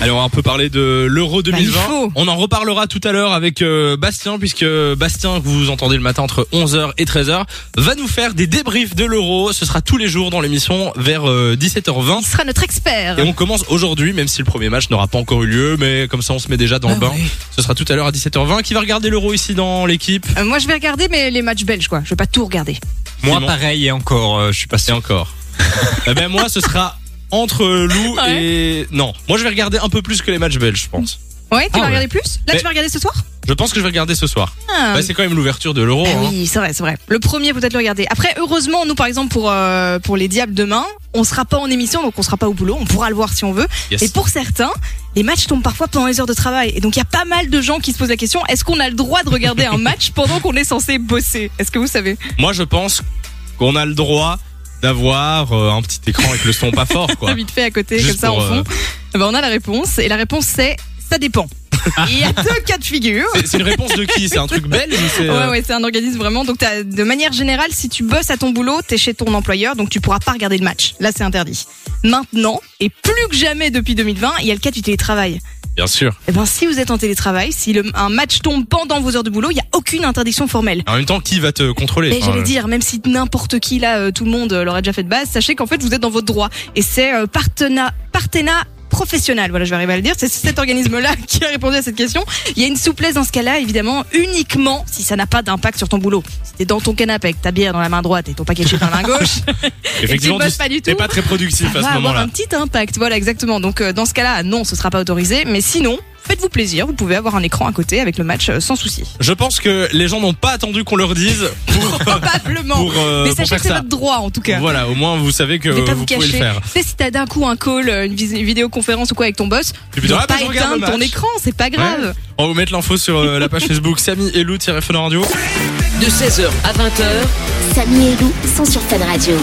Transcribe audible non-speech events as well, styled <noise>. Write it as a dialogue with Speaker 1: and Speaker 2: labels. Speaker 1: Alors on peut parler de l'Euro 2020.
Speaker 2: Bah, il faut.
Speaker 1: on en reparlera tout à l'heure avec euh, Bastien, puisque Bastien, que vous entendez le matin entre 11h et 13h, va nous faire des débriefs de l'Euro. Ce sera tous les jours dans l'émission vers euh, 17h20.
Speaker 2: Il sera notre expert.
Speaker 1: Et on commence aujourd'hui, même si le premier match n'aura pas encore eu lieu, mais comme ça on se met déjà dans
Speaker 2: Bah
Speaker 3: Bah
Speaker 1: le bain. Ce sera tout à l'heure à 17h20. Qui va regarder l'Euro ici dans l'équipe
Speaker 2: Euh, moi, je vais regarder, mais les matchs belges, quoi. Je vais pas tout regarder.
Speaker 3: Moi,
Speaker 1: Simon
Speaker 3: pareil, et encore, euh, je suis pas
Speaker 1: C'est
Speaker 2: <laughs>
Speaker 3: sûr.
Speaker 1: encore. Eh ben moi, ce sera entre Lou
Speaker 2: Ah Ouais.
Speaker 1: et non. Moi, je vais regarder un peu plus que les matchs belges, je pense.
Speaker 2: Ouais, tu
Speaker 1: Ah
Speaker 2: vas
Speaker 1: ouais.
Speaker 2: regarder plus Là,
Speaker 1: Mais-
Speaker 2: tu vas regarder ce soir
Speaker 1: Je pense que je vais regarder ce soir.
Speaker 2: Ah.
Speaker 1: Bah, c'est quand même l'ouverture de l'Euro.
Speaker 2: Bah
Speaker 1: hein.
Speaker 2: oui, c'est vrai, c'est vrai. Le premier, peut-être le regarder. Après, heureusement, nous, par exemple, pour, euh, pour les Diables demain, on sera pas en émission, donc on sera pas au boulot. On pourra le voir si on veut.
Speaker 1: Yes.
Speaker 2: Et pour certains, les matchs tombent parfois pendant les heures de travail. Et donc, il y a pas mal de gens qui se posent la question est-ce qu'on a le droit de regarder un match
Speaker 1: <laughs>
Speaker 2: pendant qu'on est censé bosser Est-ce que vous savez
Speaker 1: Moi, je pense qu'on a le droit d'avoir euh, un petit écran avec le son pas fort, quoi.
Speaker 2: <laughs> Très vite fait à côté,
Speaker 1: Bah, Juste
Speaker 2: comme ça, en
Speaker 1: pour,
Speaker 2: fond.
Speaker 1: euh,
Speaker 2: Eh ben, on a la réponse. Et la réponse, c'est
Speaker 1: <laughs>
Speaker 2: ça dépend. Il y a deux cas de figure.
Speaker 1: C'est- C'est une réponse de qui C'est un truc belge ou c'est,
Speaker 2: Ouais,
Speaker 1: euh,
Speaker 2: ouais, c'est un organisme vraiment. Donc, t'as- de manière générale, si tu bosses à ton boulot, t'es chez ton employeur, donc tu pourras pas regarder le match. Là, c'est interdit. Maintenant, et plus que jamais depuis 2020, il y a le cas du télétravail.
Speaker 1: Bien sûr.
Speaker 2: Eh ben, si vous êtes en télétravail, si le- un match tombe pendant vos heures de boulot, il y a aucune interdiction formelle.
Speaker 1: En même temps, qui va te contrôler
Speaker 2: Mais
Speaker 1: Enfin,
Speaker 2: j'allais
Speaker 1: euh,
Speaker 2: dire, même si n'importe qui là, euh, tout le monde euh, l'aurait déjà fait de base, sachez qu'en fait vous êtes dans votre droit. Et c'est euh, Partena, Partena Professionnel, voilà, je vais arriver à le dire. C'est cet organisme-là <laughs> qui a répondu à cette question. Il y a une souplesse dans ce cas-là, évidemment, uniquement si ça n'a pas d'impact sur ton boulot. Si t'es dans ton canapé avec ta bière dans la main droite et ton paquet de chips dans la main gauche,
Speaker 1: <laughs> effectivement,
Speaker 2: bosses pas du
Speaker 1: t'es
Speaker 2: tout,
Speaker 1: pas très
Speaker 2: ça
Speaker 1: productif à
Speaker 2: va
Speaker 1: ce
Speaker 2: avoir
Speaker 1: moment-là.
Speaker 2: un petit impact. Voilà, exactement. Donc euh, dans ce cas-là, non, ce sera pas autorisé. Mais sinon, faites-vous plaisir, vous pouvez avoir un écran à côté avec le match euh,
Speaker 1: <laughs>
Speaker 2: sans souci.
Speaker 1: Je pense que les gens n'ont pas attendu qu'on leur dise pour,
Speaker 2: Probablement.
Speaker 1: pour, euh,
Speaker 2: mais
Speaker 1: pour
Speaker 2: sachez
Speaker 1: faire
Speaker 2: que c'est
Speaker 1: ça.
Speaker 2: votre droit en tout cas.
Speaker 1: Voilà, au moins vous savez que
Speaker 2: Je vais pas
Speaker 1: vous,
Speaker 2: vous,
Speaker 1: pouvez le
Speaker 2: cacher.
Speaker 1: faire.
Speaker 2: Tu sais, si t'as d'un coup un call, une, vis- une vidéoconférence ou quoi avec ton boss,
Speaker 1: Tu peux
Speaker 2: dois
Speaker 1: dire, ah, bah,
Speaker 2: pas
Speaker 1: je regarde le
Speaker 2: éteindre ton
Speaker 1: match.
Speaker 2: écran, c'est pas grave.
Speaker 1: On va vous mettre l'info sur euh, la page Facebook Samy et Lou Fun Radio.
Speaker 4: De 16h à 20h,
Speaker 5: Samy et Lou sont sur Fan Radio.